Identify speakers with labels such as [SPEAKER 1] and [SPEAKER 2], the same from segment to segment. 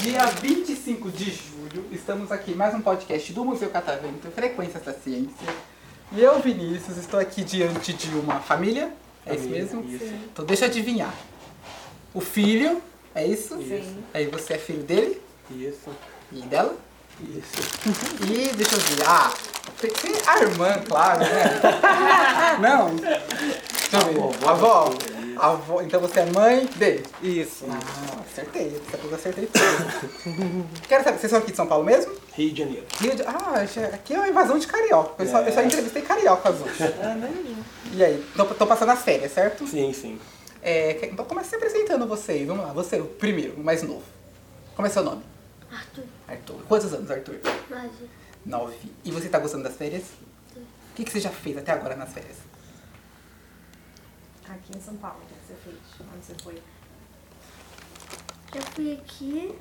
[SPEAKER 1] Dia 25 de julho, estamos aqui em mais um podcast do Museu Catavento, Frequências da Ciência. E eu, Vinícius, estou aqui diante de uma família, é isso
[SPEAKER 2] Família,
[SPEAKER 1] mesmo?
[SPEAKER 2] isso. Sim.
[SPEAKER 1] Então deixa eu adivinhar. O filho, é isso?
[SPEAKER 2] Sim.
[SPEAKER 1] Aí você é filho dele
[SPEAKER 2] Isso,
[SPEAKER 1] e dela?
[SPEAKER 2] isso.
[SPEAKER 1] E deixa eu ver, ah, tem- tem a irmã, claro, né? Não. Deixa eu ver. Avó. Avó, então você é mãe dele.
[SPEAKER 2] Isso.
[SPEAKER 1] Ah, acertei. Dessa vez eu acertei tudo. Quero saber, vocês são aqui de São Paulo mesmo?
[SPEAKER 2] Rio de Janeiro.
[SPEAKER 1] Rio de... Ah, achei- aqui é uma invasão de carioca. Eu só, eu só entrevistei cariocas hoje. E aí, tô, tô passando as férias, certo?
[SPEAKER 2] Sim, sim.
[SPEAKER 1] É, que- então começa se apresentando vocês. Vamos lá, você, o primeiro, o mais novo. Como é seu nome?
[SPEAKER 3] Arthur,
[SPEAKER 1] Arthur. Quantos anos, Arthur?
[SPEAKER 3] Magia,
[SPEAKER 1] Nove. E você tá gostando das férias? O que, que você já fez até agora nas férias?
[SPEAKER 4] Aqui em São Paulo, o que você fez? Onde você foi?
[SPEAKER 3] já fui aqui,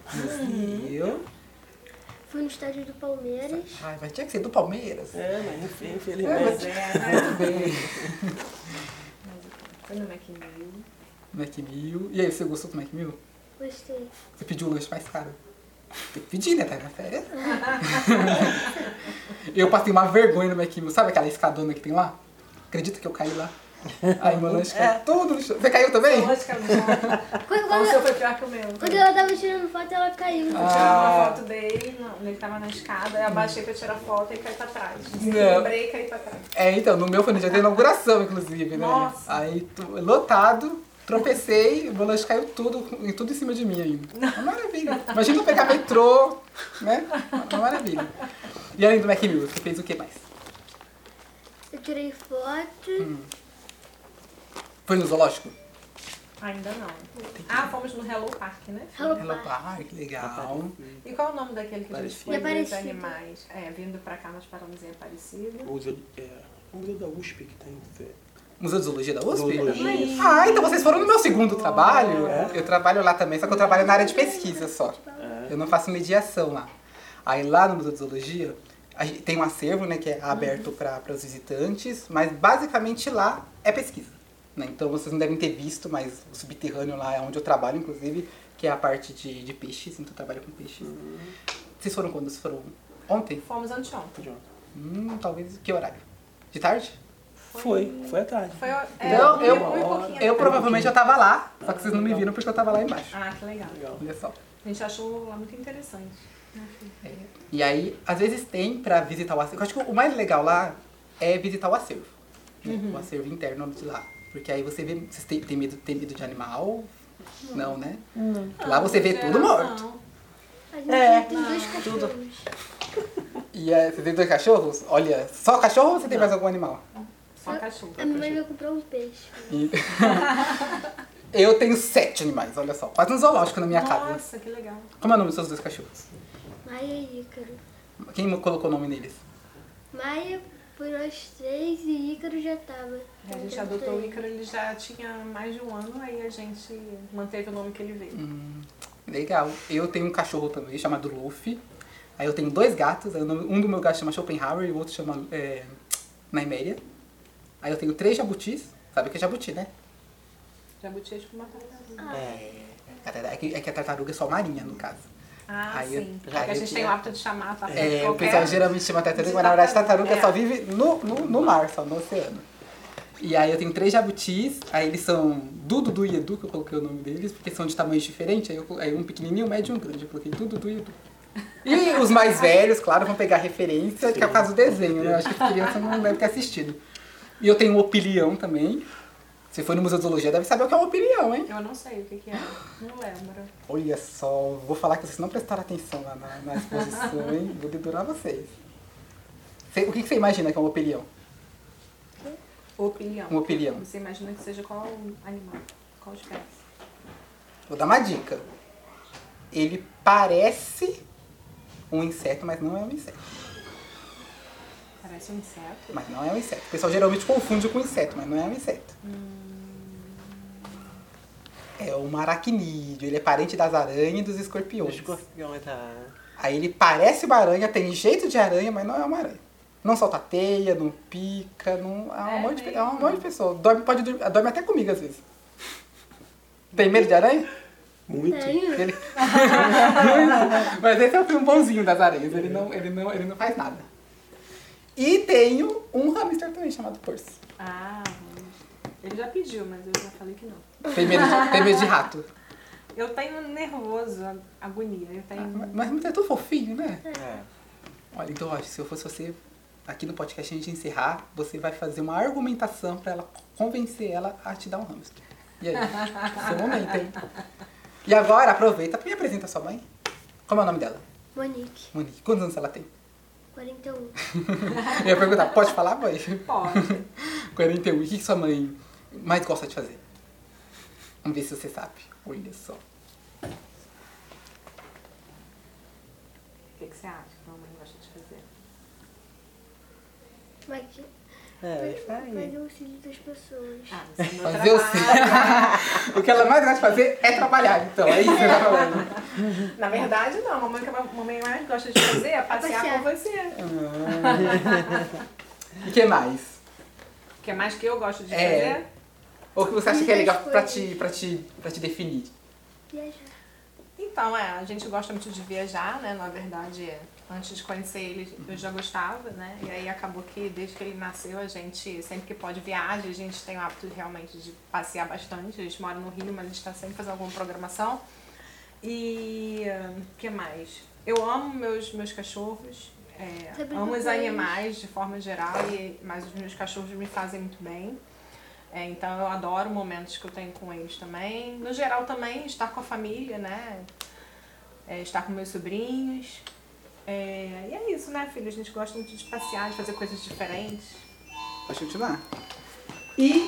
[SPEAKER 1] Eu?
[SPEAKER 3] fui no estádio do Palmeiras,
[SPEAKER 1] Ai, mas tinha que ser do Palmeiras.
[SPEAKER 2] É, mas enfim,
[SPEAKER 1] Mas
[SPEAKER 2] infelizmente.
[SPEAKER 4] é, né?
[SPEAKER 1] Tudo bem.
[SPEAKER 4] Mas, foi no McNeil.
[SPEAKER 1] Mac Mill. E aí, você gostou do Mac Mill?
[SPEAKER 3] gostei.
[SPEAKER 1] Você pediu o lanche mais caro. Tem que pedir, né? Tá na férias. eu passei uma vergonha no Mac Mill. Sabe aquela escadona que tem lá? Acredita que eu caí lá? Aí meu lanche caiu todo no chão. Você caiu também?
[SPEAKER 4] Logicamente.
[SPEAKER 3] Quando,
[SPEAKER 4] O seu
[SPEAKER 3] quando,
[SPEAKER 4] foi pior que o meu.
[SPEAKER 3] quando ela tava tirando foto, ela caiu.
[SPEAKER 4] Eu tirei uma
[SPEAKER 1] Ah.
[SPEAKER 4] foto dele, não, ele tava na escada, eu abaixei pra tirar foto e caí pra trás.
[SPEAKER 1] Não.
[SPEAKER 4] Lembrei e caí pra trás.
[SPEAKER 1] É, então, no meu foi no dia da inauguração, inclusive, né?
[SPEAKER 4] Nossa.
[SPEAKER 1] Aí, tu- lotado, tropecei, o meu lanche caiu tudo, em- tudo em cima de mim ainda. Uma maravilha. Imagina eu pegar metrô, né? Uma maravilha. E além do Mac Mill, você fez o que mais?
[SPEAKER 3] Eu tirei foto,
[SPEAKER 4] Hum.
[SPEAKER 1] Foi no zoológico?
[SPEAKER 4] Ainda não. Ah, fomos no Hello Park, né?
[SPEAKER 3] Hello
[SPEAKER 1] Hello
[SPEAKER 3] Park.
[SPEAKER 1] Park, ah, legal.
[SPEAKER 4] E qual é o nome daquele que a gente foi?
[SPEAKER 3] Em
[SPEAKER 4] Dos
[SPEAKER 3] Aparecida.
[SPEAKER 4] animais. É, vindo pra é cá, nós paramos em Aparecida.
[SPEAKER 2] Museu, é, museu da USP que tem. é,
[SPEAKER 1] Museu de Zoologia da USP?
[SPEAKER 2] Zoologia.
[SPEAKER 1] Ah, então vocês foram no meu segundo trabalho? Eu trabalho lá também, só que eu trabalho na área de pesquisa só. Eu não faço mediação lá. Aí lá no Museu de Zoologia, a gente tem um acervo, né, que é aberto para os visitantes, mas basicamente lá é pesquisa. né? Então vocês não devem ter visto, mas o subterrâneo lá é onde eu trabalho, inclusive, que é a parte de, de peixes, então eu trabalho com peixes. Vocês foram quando? Vocês foram ontem?
[SPEAKER 4] Fomos anteontem.
[SPEAKER 2] John.
[SPEAKER 1] Hum, talvez que horário? De tarde?
[SPEAKER 2] Foi, foi à tarde.
[SPEAKER 4] Foi é,
[SPEAKER 1] Então, eu,
[SPEAKER 4] um e pouquinho
[SPEAKER 1] eu
[SPEAKER 4] atrás.
[SPEAKER 1] provavelmente eu tava lá, só que vocês não me viram porque eu tava lá embaixo.
[SPEAKER 4] Ah, que legal.
[SPEAKER 2] Legal.
[SPEAKER 1] Olha só.
[SPEAKER 4] A gente achou lá muito interessante.
[SPEAKER 1] E aí, às vezes tem pra visitar o acervo. Eu acho que o mais legal lá é visitar o acervo. né? O acervo interno de lá. Porque aí você vê. Vocês têm, têm medo, têm medo de animal? Não, né? Lá você vê tudo morto.
[SPEAKER 3] A
[SPEAKER 4] tá.
[SPEAKER 3] gente
[SPEAKER 1] É.
[SPEAKER 3] tem dois
[SPEAKER 4] Ah,
[SPEAKER 3] cachorros.
[SPEAKER 1] E aí, você tem dois cachorros? Olha, só cachorro ou você tem mais algum animal?
[SPEAKER 4] Só cachorro.
[SPEAKER 3] A minha mãe vai comprar um peixe.
[SPEAKER 1] E- Eu tenho sete animais, olha só. Quase um zoológico na minha casa.
[SPEAKER 4] Nossa, que legal.
[SPEAKER 1] Como é o nome dos seus dois cachorros?
[SPEAKER 3] Maia e Ícaro.
[SPEAKER 1] Quem colocou o nome neles?
[SPEAKER 3] Maia foi nós três e Ícaro já tava.
[SPEAKER 4] É,
[SPEAKER 3] Então,
[SPEAKER 4] A gente adotou o Ícaro, ele já tinha mais de um ano, aí a gente manteve o nome que ele veio.
[SPEAKER 1] Uhum. Legal. Eu tenho um cachorro também chamado Luffy. Aí eu tenho dois gatos. Aí o nome- Um do meu gato chama Schopenhauer e o outro chama é, Naiméria. Aí eu tenho três jabutis. Sabe o que é jabuti, né?
[SPEAKER 4] Jabuti é tipo uma tartaruga.
[SPEAKER 1] É que, é que a tartaruga é só marinha, no caso.
[SPEAKER 4] Ah,
[SPEAKER 1] Aí eu-
[SPEAKER 4] sim.
[SPEAKER 1] aí
[SPEAKER 4] Já que a
[SPEAKER 1] eu
[SPEAKER 4] gente
[SPEAKER 1] tinha-
[SPEAKER 4] tem o hábito de chamar a tartaruga.
[SPEAKER 1] É, o
[SPEAKER 4] Tá. qualquer.
[SPEAKER 1] pessoal geralmente chama tartaruga,
[SPEAKER 4] de
[SPEAKER 1] mas na verdade tartaruga
[SPEAKER 4] tartaruga,
[SPEAKER 1] só
[SPEAKER 4] é.
[SPEAKER 1] vive no, no, no mar, só no oceano. E aí eu tenho três jabutis, aí eles são Dudu, Dudu e Edu, que eu coloquei o nome deles, porque são de tamanhos diferentes, aí, eu, colo- aí um pequenininho, um médio e um grande, eu coloquei Dudu, Dudu e Edu. E os mais velhos, claro, vão pegar referência, que é o caso do desenho, né? Eu acho que criança não deve ter assistido. E eu tenho um opilião também. Se for no Museu de Zoologia, deve saber o que é um opilião, hein?
[SPEAKER 4] Eu não sei o que, que é. Não lembro.
[SPEAKER 1] Olha só, vou falar que vocês não prestaram atenção lá na, na exposição, hein? Vou dedurar vocês. Cê- o que, que você imagina que é um opilião?
[SPEAKER 4] Opinião.
[SPEAKER 1] Um opilião.
[SPEAKER 4] Você imagina que seja qual animal? Qual espécie?
[SPEAKER 1] Vou dar uma dica. Ele parece um inseto, mas não é um inseto.
[SPEAKER 4] Parece um inseto.
[SPEAKER 1] Mas não é um inseto. O pessoal geralmente confunde com inseto, mas não é um inseto. É um aracnídeo. Ele é parente das aranhas e dos escorpiões.
[SPEAKER 2] escorpião é da.
[SPEAKER 1] Aí ele parece uma aranha, tem jeito de aranha, mas não é uma aranha. Não solta teia, não pica, não. É um,
[SPEAKER 4] É
[SPEAKER 1] monte, de, pe- é
[SPEAKER 4] mesmo?
[SPEAKER 1] um monte de pessoa. Dorme, pode dormir, ah, dorme até comigo às vezes. Tem medo de aranha?
[SPEAKER 2] Muito.
[SPEAKER 3] Tenho.
[SPEAKER 1] Ele- Mas esse é o filme bonzinho das areias, ele não, ele não, ele não faz nada. E tenho um hamster também chamado Percy.
[SPEAKER 4] Ah, ele já pediu, mas eu já falei que não.
[SPEAKER 1] Tem medo de, tem medo de rato.
[SPEAKER 4] Eu tenho nervoso, a- agonia. Eu tenho.
[SPEAKER 1] Mas hamster é tão fofinho, né?
[SPEAKER 5] É.
[SPEAKER 1] Olha, então, ó, se eu fosse você, aqui no podcast, a gente encerrar, você vai fazer uma argumentação pra ela convencer ela a te dar um hamster. E aí? Seu momento, hein? E agora, aproveita e apresenta sua mãe. Como é o nome dela?
[SPEAKER 3] Monique,
[SPEAKER 1] Monique. Quantos anos ela tem?
[SPEAKER 3] 41.
[SPEAKER 1] Eu ia perguntar, pode falar, mãe?
[SPEAKER 4] Pode.
[SPEAKER 1] 41, o que que sua mãe mais gosta de fazer? Vamos ver se você sabe. Olha só.
[SPEAKER 4] O que, que você acha que a mamãe gosta de fazer?
[SPEAKER 3] Mas que
[SPEAKER 5] É,
[SPEAKER 3] faz o auxílio das pessoas.
[SPEAKER 4] Ah, você é meu
[SPEAKER 1] Fazer o
[SPEAKER 4] trabalho.
[SPEAKER 1] O que ela mais gosta de fazer é trabalhar, então. É isso que ela tá falando.
[SPEAKER 4] Na verdade, não. A mamãe que a mamãe mais gosta de fazer é passear com você.
[SPEAKER 1] E o que mais?
[SPEAKER 4] O que mais que eu gosto de
[SPEAKER 1] É.
[SPEAKER 4] fazer?
[SPEAKER 1] Ou o que você acha que é legal pra te, pra te, pra te definir?
[SPEAKER 3] Viajar.
[SPEAKER 4] Então, é, a gente gosta muito de viajar, né? Na verdade, antes de conhecer ele, eu já gostava, né? E aí acabou que desde que ele nasceu, a gente sempre que pode viaja, a gente tem o hábito realmente de passear bastante. A gente mora no Rio, mas a gente tá sempre fazendo alguma programação. E eh, o que mais? Eu amo meus, meus cachorros, é,
[SPEAKER 3] Você brinca
[SPEAKER 4] amo os
[SPEAKER 3] com eles?
[SPEAKER 4] animais de forma geral, e, mas os meus cachorros me fazem muito bem. É, então eu adoro momentos que eu tenho com eles também. No geral também, estar com a família, né? É, estar com meus sobrinhos. É, e é isso, né, filho? A gente gosta muito de passear, de fazer coisas diferentes.
[SPEAKER 1] Pode continuar. E.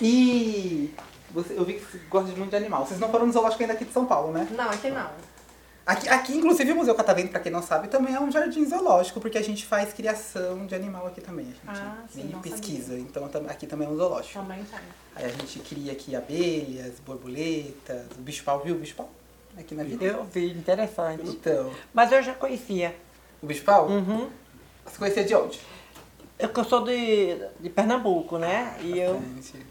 [SPEAKER 1] E. Você, eu vi que você gosta de muito de animal. Vocês não foram no zoológico ainda aqui de São Paulo, né?
[SPEAKER 4] Não, aqui não.
[SPEAKER 1] Aqui, aqui, inclusive, o Museu Catavento, pra quem não sabe, também é um jardim zoológico, porque a gente faz criação de animal aqui também. A gente
[SPEAKER 4] Ah, sim,
[SPEAKER 1] e
[SPEAKER 4] não Tá.
[SPEAKER 1] pesquisa, então tam- aqui também é um zoológico.
[SPEAKER 4] Também tem.
[SPEAKER 1] Aí a gente cria aqui abelhas, borboletas, o bicho-pau, viu o bicho-pau? Aqui na vida.
[SPEAKER 5] Eu vi, interessante.
[SPEAKER 1] Então,
[SPEAKER 5] Mas eu já conhecia.
[SPEAKER 1] o bicho-pau,
[SPEAKER 5] Uhum.
[SPEAKER 1] você conhecia de onde?
[SPEAKER 5] É que eu sou de, de Pernambuco, né? E eu,
[SPEAKER 1] Bastante.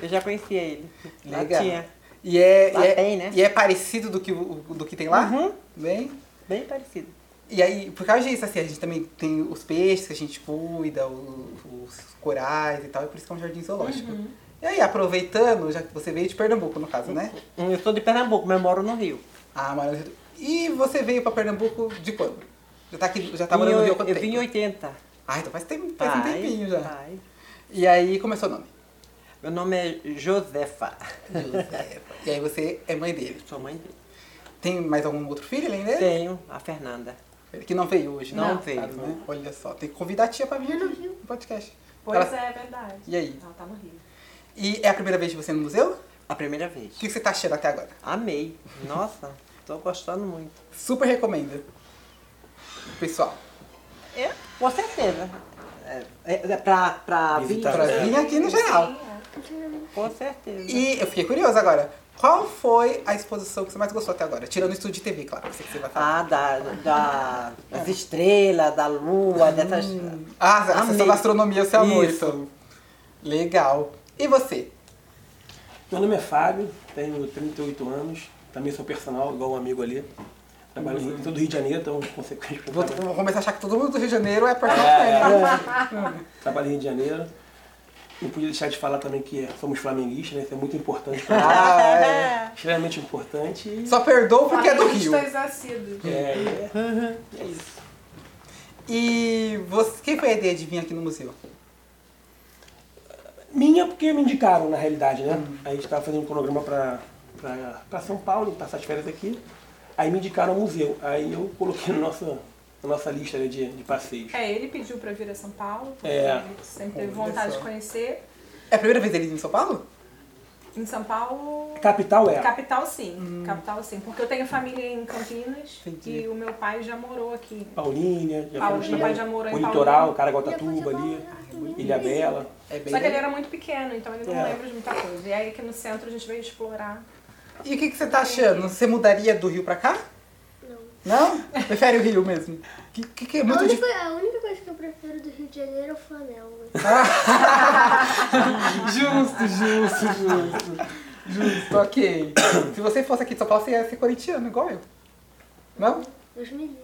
[SPEAKER 5] eu já conhecia ele. Lá
[SPEAKER 1] Legal.
[SPEAKER 5] tinha.
[SPEAKER 1] E é,
[SPEAKER 5] Lá
[SPEAKER 1] e é-
[SPEAKER 5] tem, né?
[SPEAKER 1] e é parecido do que, o- do que tem lá?
[SPEAKER 5] Uhum.
[SPEAKER 1] Bem?
[SPEAKER 5] Bem parecido.
[SPEAKER 1] E aí, por causa disso, assim, a gente também tem os peixes que a gente cuida, o- os corais e tal, e por isso que é um jardim zoológico.
[SPEAKER 5] Uhum.
[SPEAKER 1] E aí, aproveitando, já que você veio de Pernambuco, no caso, né?
[SPEAKER 5] Hum, Eu sou de Pernambuco, mas eu moro no Rio.
[SPEAKER 1] Ah, maravilha. E você veio pra Pernambuco de quando? Já tá, aqui, já tá
[SPEAKER 5] Em
[SPEAKER 1] morando no
[SPEAKER 5] oi-
[SPEAKER 1] Rio há quanto
[SPEAKER 5] eu
[SPEAKER 1] tempo?
[SPEAKER 5] vim em 80.
[SPEAKER 1] Ah, então faz, tempo, faz um
[SPEAKER 5] Vai,
[SPEAKER 1] tempinho já.
[SPEAKER 5] vai.
[SPEAKER 1] E aí, como é seu nome?
[SPEAKER 5] Meu nome é Josefa.
[SPEAKER 1] Josefa. e aí você é mãe dele.
[SPEAKER 5] Sou mãe dele.
[SPEAKER 1] Tem mais algum outro filho além dele?
[SPEAKER 5] Tenho a Fernanda.
[SPEAKER 1] Que não veio hoje, né?
[SPEAKER 5] Não
[SPEAKER 1] No
[SPEAKER 5] veio.
[SPEAKER 1] caso, né? Olha só, tem que convidar a tia pra vir
[SPEAKER 3] Eu não
[SPEAKER 1] aqui
[SPEAKER 3] vi.
[SPEAKER 1] no podcast.
[SPEAKER 4] Pois
[SPEAKER 1] Ela-
[SPEAKER 4] é, é verdade.
[SPEAKER 1] E aí?
[SPEAKER 4] Ela tá no Rio.
[SPEAKER 1] E é a primeira vez de você no museu?
[SPEAKER 5] A primeira
[SPEAKER 1] O
[SPEAKER 5] vez.
[SPEAKER 1] que você tá achando até agora?
[SPEAKER 5] Amei. Nossa, tô gostando muito.
[SPEAKER 1] Super recomendo. Pessoal,
[SPEAKER 5] É, com certeza. É, é, é pra, pra
[SPEAKER 2] Visitar.
[SPEAKER 1] pra
[SPEAKER 5] vir,
[SPEAKER 1] vir É, aqui no geral.
[SPEAKER 4] Sim, é.
[SPEAKER 5] com certeza.
[SPEAKER 1] E eu fiquei curiosa agora. Qual foi a exposição que você mais gostou até agora? Tirando o estúdio de TV, claro, que você que você vai falar.
[SPEAKER 5] Ah, da, da- das estrelas, da lua, dessas.
[SPEAKER 1] Ah, a sessão
[SPEAKER 5] Amei.
[SPEAKER 1] da astronomia você amou
[SPEAKER 5] Isso.
[SPEAKER 1] isso. Legal. E você?
[SPEAKER 2] Meu nome é Fábio, tenho 38 anos, também sou personal, igual um amigo ali. Trabalho em todo o Rio de Janeiro, então, consequente,
[SPEAKER 1] Vou, vou começar a achar que todo mundo do Rio de Janeiro é personal trainer.
[SPEAKER 2] É, é. Trabalho em Rio de Janeiro. Não podia deixar de falar também que somos flamenguistas, né? Isso é muito importante pra mim.
[SPEAKER 1] Ah, é.
[SPEAKER 2] Extremamente importante. e-
[SPEAKER 1] Só perdoa porque é do Rio.
[SPEAKER 4] Flamenguistas assíduos.
[SPEAKER 2] É, é isso.
[SPEAKER 1] E você, quem foi a ideia de vir aqui no museu?
[SPEAKER 2] Minha, porque me indicaram, na realidade, né? Aí a gente tava fazendo um cronograma pra, pra, pra São Paulo, passar as férias aqui. Aí me indicaram o museu. Aí eu coloquei na nossa, na nossa lista né, de, de passeios.
[SPEAKER 4] É, ele pediu pra vir a São Paulo, porque
[SPEAKER 2] É.
[SPEAKER 4] ele sempre teve
[SPEAKER 1] Olha
[SPEAKER 4] vontade
[SPEAKER 1] só.
[SPEAKER 4] de conhecer.
[SPEAKER 1] É a primeira vez ele em São Paulo?
[SPEAKER 4] Em São Paulo.
[SPEAKER 2] Capital é.
[SPEAKER 4] Capital sim, capital sim. Porque eu tenho família em Campinas
[SPEAKER 1] Entendi.
[SPEAKER 4] e o meu pai já morou aqui.
[SPEAKER 2] Paulínia, já fomos
[SPEAKER 4] Paulínia,
[SPEAKER 2] também.
[SPEAKER 4] já morou em
[SPEAKER 2] O litoral,
[SPEAKER 4] Paulínia.
[SPEAKER 2] Caraguatatuba ali, Ilha Bela.
[SPEAKER 1] É bem
[SPEAKER 4] Só que ele era muito pequeno, então ele não
[SPEAKER 2] É.
[SPEAKER 4] lembra de muita coisa. E aí aqui no centro a gente veio explorar
[SPEAKER 1] E o que, que você tá achando? Você mudaria do Rio pra cá? Não. Não? Prefere o Rio mesmo? Que, que, que é
[SPEAKER 3] A
[SPEAKER 1] muito difícil.
[SPEAKER 3] única, a única coisa que eu prefiro do Rio de Janeiro é o Flamengo.
[SPEAKER 5] Ah,
[SPEAKER 1] Justo, justo, justo. Justo, ok. Se você fosse aqui de São Paulo, você ia ser corintiano, igual eu. Não?
[SPEAKER 3] Deus me livre.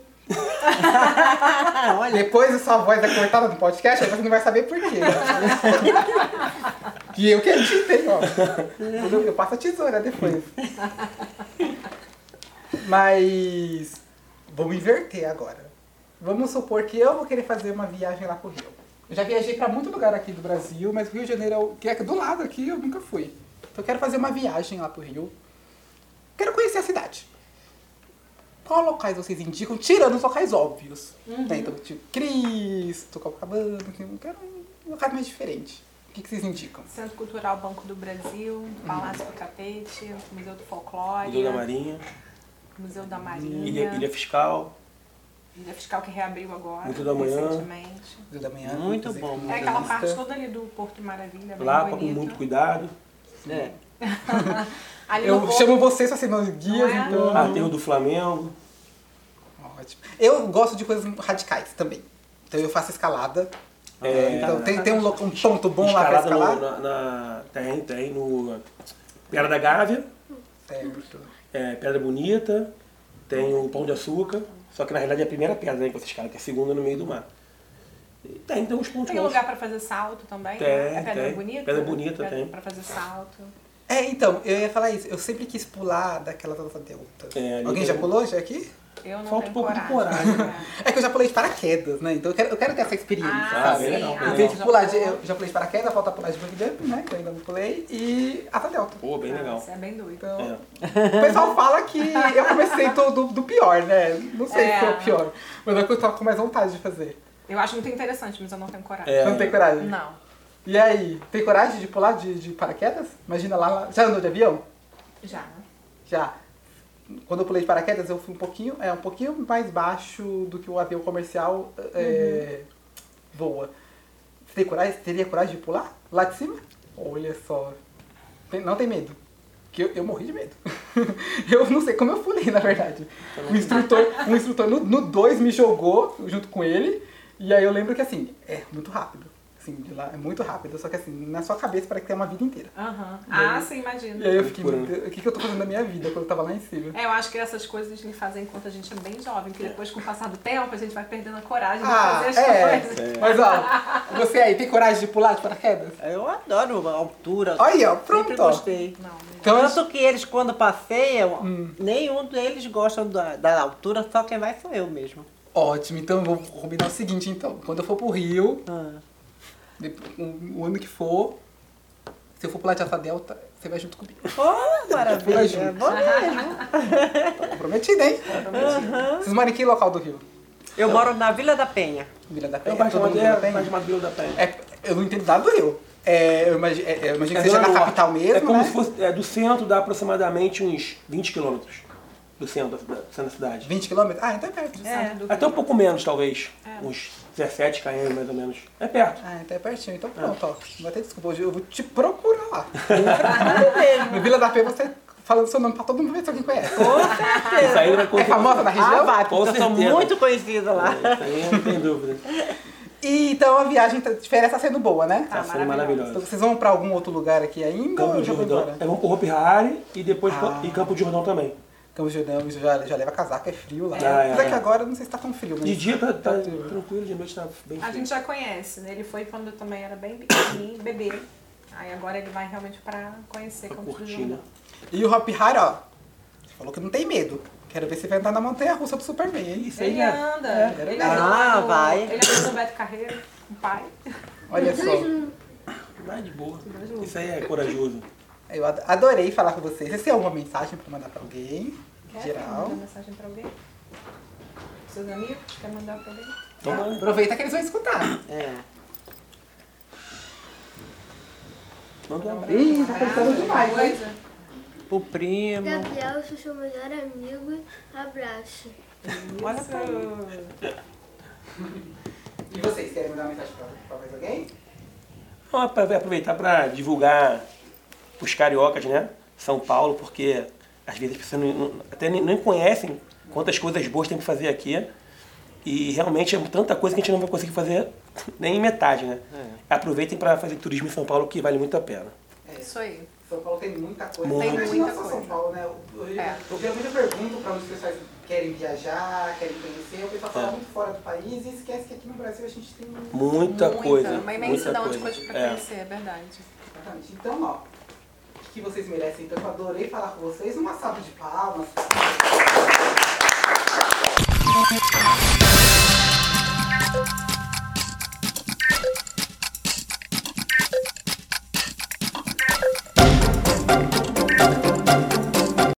[SPEAKER 5] Ah, olha.
[SPEAKER 1] Depois a sua voz é cortada no podcast, aí você não vai saber por quê. e eu que editei, ó. Eu- Eu passo a tesoura depois. Mas vamos inverter agora. Vamos supor que eu vou querer fazer uma viagem lá pro Rio. Eu já viajei pra muito lugar aqui do Brasil, mas o Rio de Janeiro é o que é do lado aqui, eu nunca fui. Então eu quero fazer uma viagem lá pro Rio. Quero conhecer a cidade. Qual locais vocês indicam, tirando os locais óbvios? Né? Então, tipo, Cristo, Copacabana, que eu quero um lugar mais diferente. O que, que vocês indicam?
[SPEAKER 4] Centro Cultural Banco do Brasil, Palácio do Capete, Museu do Folclore,
[SPEAKER 2] Hum. Museu da Marinha,
[SPEAKER 4] Museu da Marinha,
[SPEAKER 2] Ilha, Ilha Fiscal.
[SPEAKER 4] Ilha Fiscal que reabriu agora,
[SPEAKER 2] Museu da Manhã.
[SPEAKER 4] recentemente.
[SPEAKER 1] Museu da Manhã.
[SPEAKER 5] Muito
[SPEAKER 1] inclusive,
[SPEAKER 5] bom,
[SPEAKER 1] com
[SPEAKER 5] muito
[SPEAKER 4] É aquela
[SPEAKER 1] vista.
[SPEAKER 4] parte toda ali do Porto Maravilha, bem
[SPEAKER 2] Lapa, com
[SPEAKER 4] bonita.
[SPEAKER 2] muito cuidado.
[SPEAKER 5] É.
[SPEAKER 4] Ali no
[SPEAKER 1] Eu
[SPEAKER 4] Porto-
[SPEAKER 1] chamo vocês pra ser meus guias,
[SPEAKER 4] Não é?
[SPEAKER 1] então.
[SPEAKER 2] Aterro do Flamengo.
[SPEAKER 1] Ótimo. Eu gosto de coisas radicais também. Então eu faço escalada.
[SPEAKER 2] É,
[SPEAKER 1] então tem, tem um, lo- um ponto bom lá pra
[SPEAKER 2] escalada no- né?
[SPEAKER 1] escalar.
[SPEAKER 2] na, na- tem, tem no Pedra da Gávea,
[SPEAKER 1] Certo.
[SPEAKER 2] é, Pedra Bonita, tem o Pão de Açúcar, só que na realidade é a primeira pedra né, que você escala, que é a segunda no meio do mar. E tem, tem uns pontos
[SPEAKER 4] Tem
[SPEAKER 2] bons.
[SPEAKER 4] lugar pra fazer salto também?
[SPEAKER 2] Tem,
[SPEAKER 4] né? É pedra
[SPEAKER 2] tem.
[SPEAKER 4] bonita?
[SPEAKER 2] Pedra bonita,
[SPEAKER 4] pedra
[SPEAKER 2] tem.
[SPEAKER 4] Pra fazer salto.
[SPEAKER 1] É, então, eu ia falar isso. Eu sempre quis pular daquela dança delta.
[SPEAKER 2] É, ali
[SPEAKER 1] Alguém já
[SPEAKER 2] tem-
[SPEAKER 1] pulou já aqui?
[SPEAKER 4] Eu não
[SPEAKER 2] Falta um
[SPEAKER 4] tenho
[SPEAKER 2] pouco de
[SPEAKER 4] coragem.
[SPEAKER 2] coragem,
[SPEAKER 4] né?
[SPEAKER 1] É que eu já pulei de paraquedas, né? Então eu quero, eu quero ter essa experiência,
[SPEAKER 4] Ah,
[SPEAKER 1] sabe?
[SPEAKER 2] bem
[SPEAKER 4] sim.
[SPEAKER 2] legal, bem
[SPEAKER 4] ah,
[SPEAKER 1] Eu
[SPEAKER 2] legal.
[SPEAKER 1] tenho que pular de.
[SPEAKER 4] já
[SPEAKER 1] Eu já pulei de paraquedas, falta pular de bug jump, né? Que eu ainda não pulei. E a delta.
[SPEAKER 2] Pô, bem
[SPEAKER 4] Ah,
[SPEAKER 2] legal.
[SPEAKER 4] Você é bem doido.
[SPEAKER 1] Então,
[SPEAKER 2] É.
[SPEAKER 1] O pessoal fala que eu comecei do, do, do pior, né? Não sei
[SPEAKER 4] É.
[SPEAKER 1] se é o pior. Mas é o que eu tava com mais vontade de fazer.
[SPEAKER 4] Eu acho muito interessante, mas eu não tenho coragem.
[SPEAKER 2] É.
[SPEAKER 1] Não tem coragem?
[SPEAKER 4] Não.
[SPEAKER 1] E aí, tem coragem de pular de, de paraquedas? Imagina lá, lá. Já andou de avião?
[SPEAKER 4] Já. né?
[SPEAKER 1] Já. Quando eu pulei de paraquedas, eu fui um pouquinho, é, um pouquinho mais baixo do que o avião comercial é, voa. Você tem coragem, teria coragem de pular lá de cima? Olha só. Tem- não tem medo. Que eu, eu morri de medo. eu não sei como eu pulei, na verdade. O instrutor, o instrutor no- no 2 me jogou junto com ele. E aí eu lembro que assim, é muito rápido. Assim, de lá é muito rápido. Só que assim, na sua cabeça parece que tem uma vida inteira.
[SPEAKER 4] Aham. Ah, sim, imagino.
[SPEAKER 1] E aí eu fiquei, meu Deus, o que, que eu tô fazendo na minha vida quando eu tava lá em cima?
[SPEAKER 4] É, eu acho que essas coisas me fazem enquanto a gente é bem jovem, que depois, com o passar do tempo, a gente vai perdendo a coragem de
[SPEAKER 1] Ah,
[SPEAKER 4] fazer as
[SPEAKER 1] é.
[SPEAKER 4] coisas.
[SPEAKER 1] Mas ó, você aí tem coragem de pular de paraquedas?
[SPEAKER 5] Eu adoro a altura.
[SPEAKER 1] Olha aí, ó,
[SPEAKER 5] Sempre
[SPEAKER 1] pronto. ó.
[SPEAKER 5] gostei.
[SPEAKER 4] Não, né? não.
[SPEAKER 1] Então, eu-
[SPEAKER 5] Tanto que eles, quando passeiam, nenhum deles gosta da, da altura, só quem vai sou eu mesmo.
[SPEAKER 1] ótimo, então eu vou combinar o seguinte, então. Quando eu for pro Rio,
[SPEAKER 5] Ah.
[SPEAKER 1] depois- o ano que for, se eu for pular de asa delta, você vai junto comigo.
[SPEAKER 5] Oh,
[SPEAKER 1] Vai
[SPEAKER 5] maravilha.
[SPEAKER 1] junto.
[SPEAKER 5] Bom mesmo.
[SPEAKER 1] Tá comprometido, hein? Vocês moram em que local do Rio?
[SPEAKER 5] Eu moro na Vila da Penha.
[SPEAKER 1] Vila da Penha?
[SPEAKER 2] Eu baixo
[SPEAKER 1] Todo mundo da
[SPEAKER 2] madeira,
[SPEAKER 1] Penha?
[SPEAKER 2] baixo madeira da Penha.
[SPEAKER 1] É, eu não entendo nada do Rio. É, eu imagino, eu imagino que seja
[SPEAKER 2] zona
[SPEAKER 1] da
[SPEAKER 2] norte.
[SPEAKER 1] capital mesmo,
[SPEAKER 2] É como
[SPEAKER 1] né?
[SPEAKER 2] se fosse, é, do centro dá aproximadamente uns 20 quilômetros do centro da, da- centro da cidade.
[SPEAKER 1] 20 quilômetros? Ah, então é perto.
[SPEAKER 5] É.
[SPEAKER 2] Até um pouco menos, talvez.
[SPEAKER 4] É.
[SPEAKER 2] Uns 17 km mais ou menos. É perto.
[SPEAKER 1] Ah, então é pertinho. Então pronto, ó. Não vai ter desculpa. Hoje eu vou te procurar lá.
[SPEAKER 5] mesmo.
[SPEAKER 1] No Vila da Penha você falando seu nome pra todo mundo ver se alguém conhece.
[SPEAKER 5] Com
[SPEAKER 2] Isso
[SPEAKER 5] certeza.
[SPEAKER 2] aí não vai
[SPEAKER 1] É famosa na região?
[SPEAKER 5] Ah, vai,
[SPEAKER 2] Com
[SPEAKER 5] porque eu sou
[SPEAKER 2] certeza.
[SPEAKER 5] muito conhecida lá.
[SPEAKER 2] É, Isso aí não tem dúvida.
[SPEAKER 1] E então a viagem tá- de férias tá sendo boa, né?
[SPEAKER 4] Ah,
[SPEAKER 2] Tá sendo
[SPEAKER 1] Então
[SPEAKER 2] maravilhosa.
[SPEAKER 1] vocês vão pra algum outro lugar aqui ainda?
[SPEAKER 2] Campo
[SPEAKER 1] ou
[SPEAKER 2] de
[SPEAKER 1] já foi
[SPEAKER 2] Jordão.
[SPEAKER 1] embora?
[SPEAKER 2] É, vamos pro Hopi Hari e depois
[SPEAKER 1] Ah.
[SPEAKER 2] e Campo de Jordão também.
[SPEAKER 1] Campo de Jordão já, já leva casaco, é frio lá.
[SPEAKER 2] Ah, é,
[SPEAKER 1] Apesar
[SPEAKER 2] é.
[SPEAKER 1] que agora não sei se tá com frio, mas...
[SPEAKER 2] De dia tá, tá
[SPEAKER 1] Tá tudo.
[SPEAKER 2] tranquilo, de noite tá bem
[SPEAKER 4] A
[SPEAKER 2] frio.
[SPEAKER 4] gente já conhece, né? Ele foi quando eu também era bem pequenininho, bebê. Aí agora ele vai realmente pra conhecer
[SPEAKER 2] Pra
[SPEAKER 4] Campos do
[SPEAKER 2] curtir, né?
[SPEAKER 4] Jordão.
[SPEAKER 1] E o Hop Hari, ó, você falou que não tem medo. Quero ver se vai andar na montanha russa do Superman, hein?
[SPEAKER 2] Isso aí
[SPEAKER 4] Ele
[SPEAKER 2] é.
[SPEAKER 4] anda.
[SPEAKER 1] É,
[SPEAKER 4] ele
[SPEAKER 1] legal.
[SPEAKER 5] Ah,
[SPEAKER 4] no-
[SPEAKER 5] vai.
[SPEAKER 4] Ele é do Beto Carreiro, o pai.
[SPEAKER 1] Olha só.
[SPEAKER 2] Ah, de boa. Isso aí é corajoso.
[SPEAKER 1] Eu ad- adorei falar com vocês. Vocês têm alguma mensagem pra mandar pra alguém?
[SPEAKER 4] Quer
[SPEAKER 1] Geral.
[SPEAKER 4] mandar mensagem pra alguém? Seus amigos? Quer mandar pra alguém?
[SPEAKER 2] Então, manda.
[SPEAKER 1] Aproveita que eles vão escutar.
[SPEAKER 5] É.
[SPEAKER 2] manda um abraço.
[SPEAKER 1] Ih, tá pensando demais, hein?
[SPEAKER 4] Coisa?
[SPEAKER 5] O primo.
[SPEAKER 3] Gabriel, sou seu melhor amigo. Abraço.
[SPEAKER 5] Olha pra mim.
[SPEAKER 1] E vocês querem mandar uma mensagem pra, pra mais alguém?
[SPEAKER 2] Vamos aproveitar para divulgar os cariocas, né? São Paulo, porque às vezes as pessoas não- não- até nem, nem conhecem quantas coisas boas tem que fazer aqui. E realmente é tanta coisa que a gente não vai conseguir fazer nem metade, né? Aproveitem para fazer turismo em São Paulo, que vale muito a pena.
[SPEAKER 4] Isso aí.
[SPEAKER 1] São Paulo tem muita coisa.
[SPEAKER 2] Muito.
[SPEAKER 1] Mas
[SPEAKER 4] Tem
[SPEAKER 1] não é
[SPEAKER 4] muita
[SPEAKER 1] só
[SPEAKER 4] coisa.
[SPEAKER 1] São Paulo, né? Eu, eu,
[SPEAKER 4] É.
[SPEAKER 1] eu geralmente pergunto para onde as pessoas querem viajar, querem conhecer. O pessoal fala
[SPEAKER 2] É.
[SPEAKER 1] muito fora do país e esquece que aqui no Brasil a gente tem muito.
[SPEAKER 2] Muita, coisa.
[SPEAKER 4] Uma
[SPEAKER 2] muita
[SPEAKER 4] imensidão
[SPEAKER 2] coisa.
[SPEAKER 4] de coisas pra
[SPEAKER 2] É.
[SPEAKER 4] conhecer, é verdade.
[SPEAKER 1] Exatamente. Então, ó, o que vocês merecem. Então, eu Um adorei falar com vocês. Uma salva de palmas.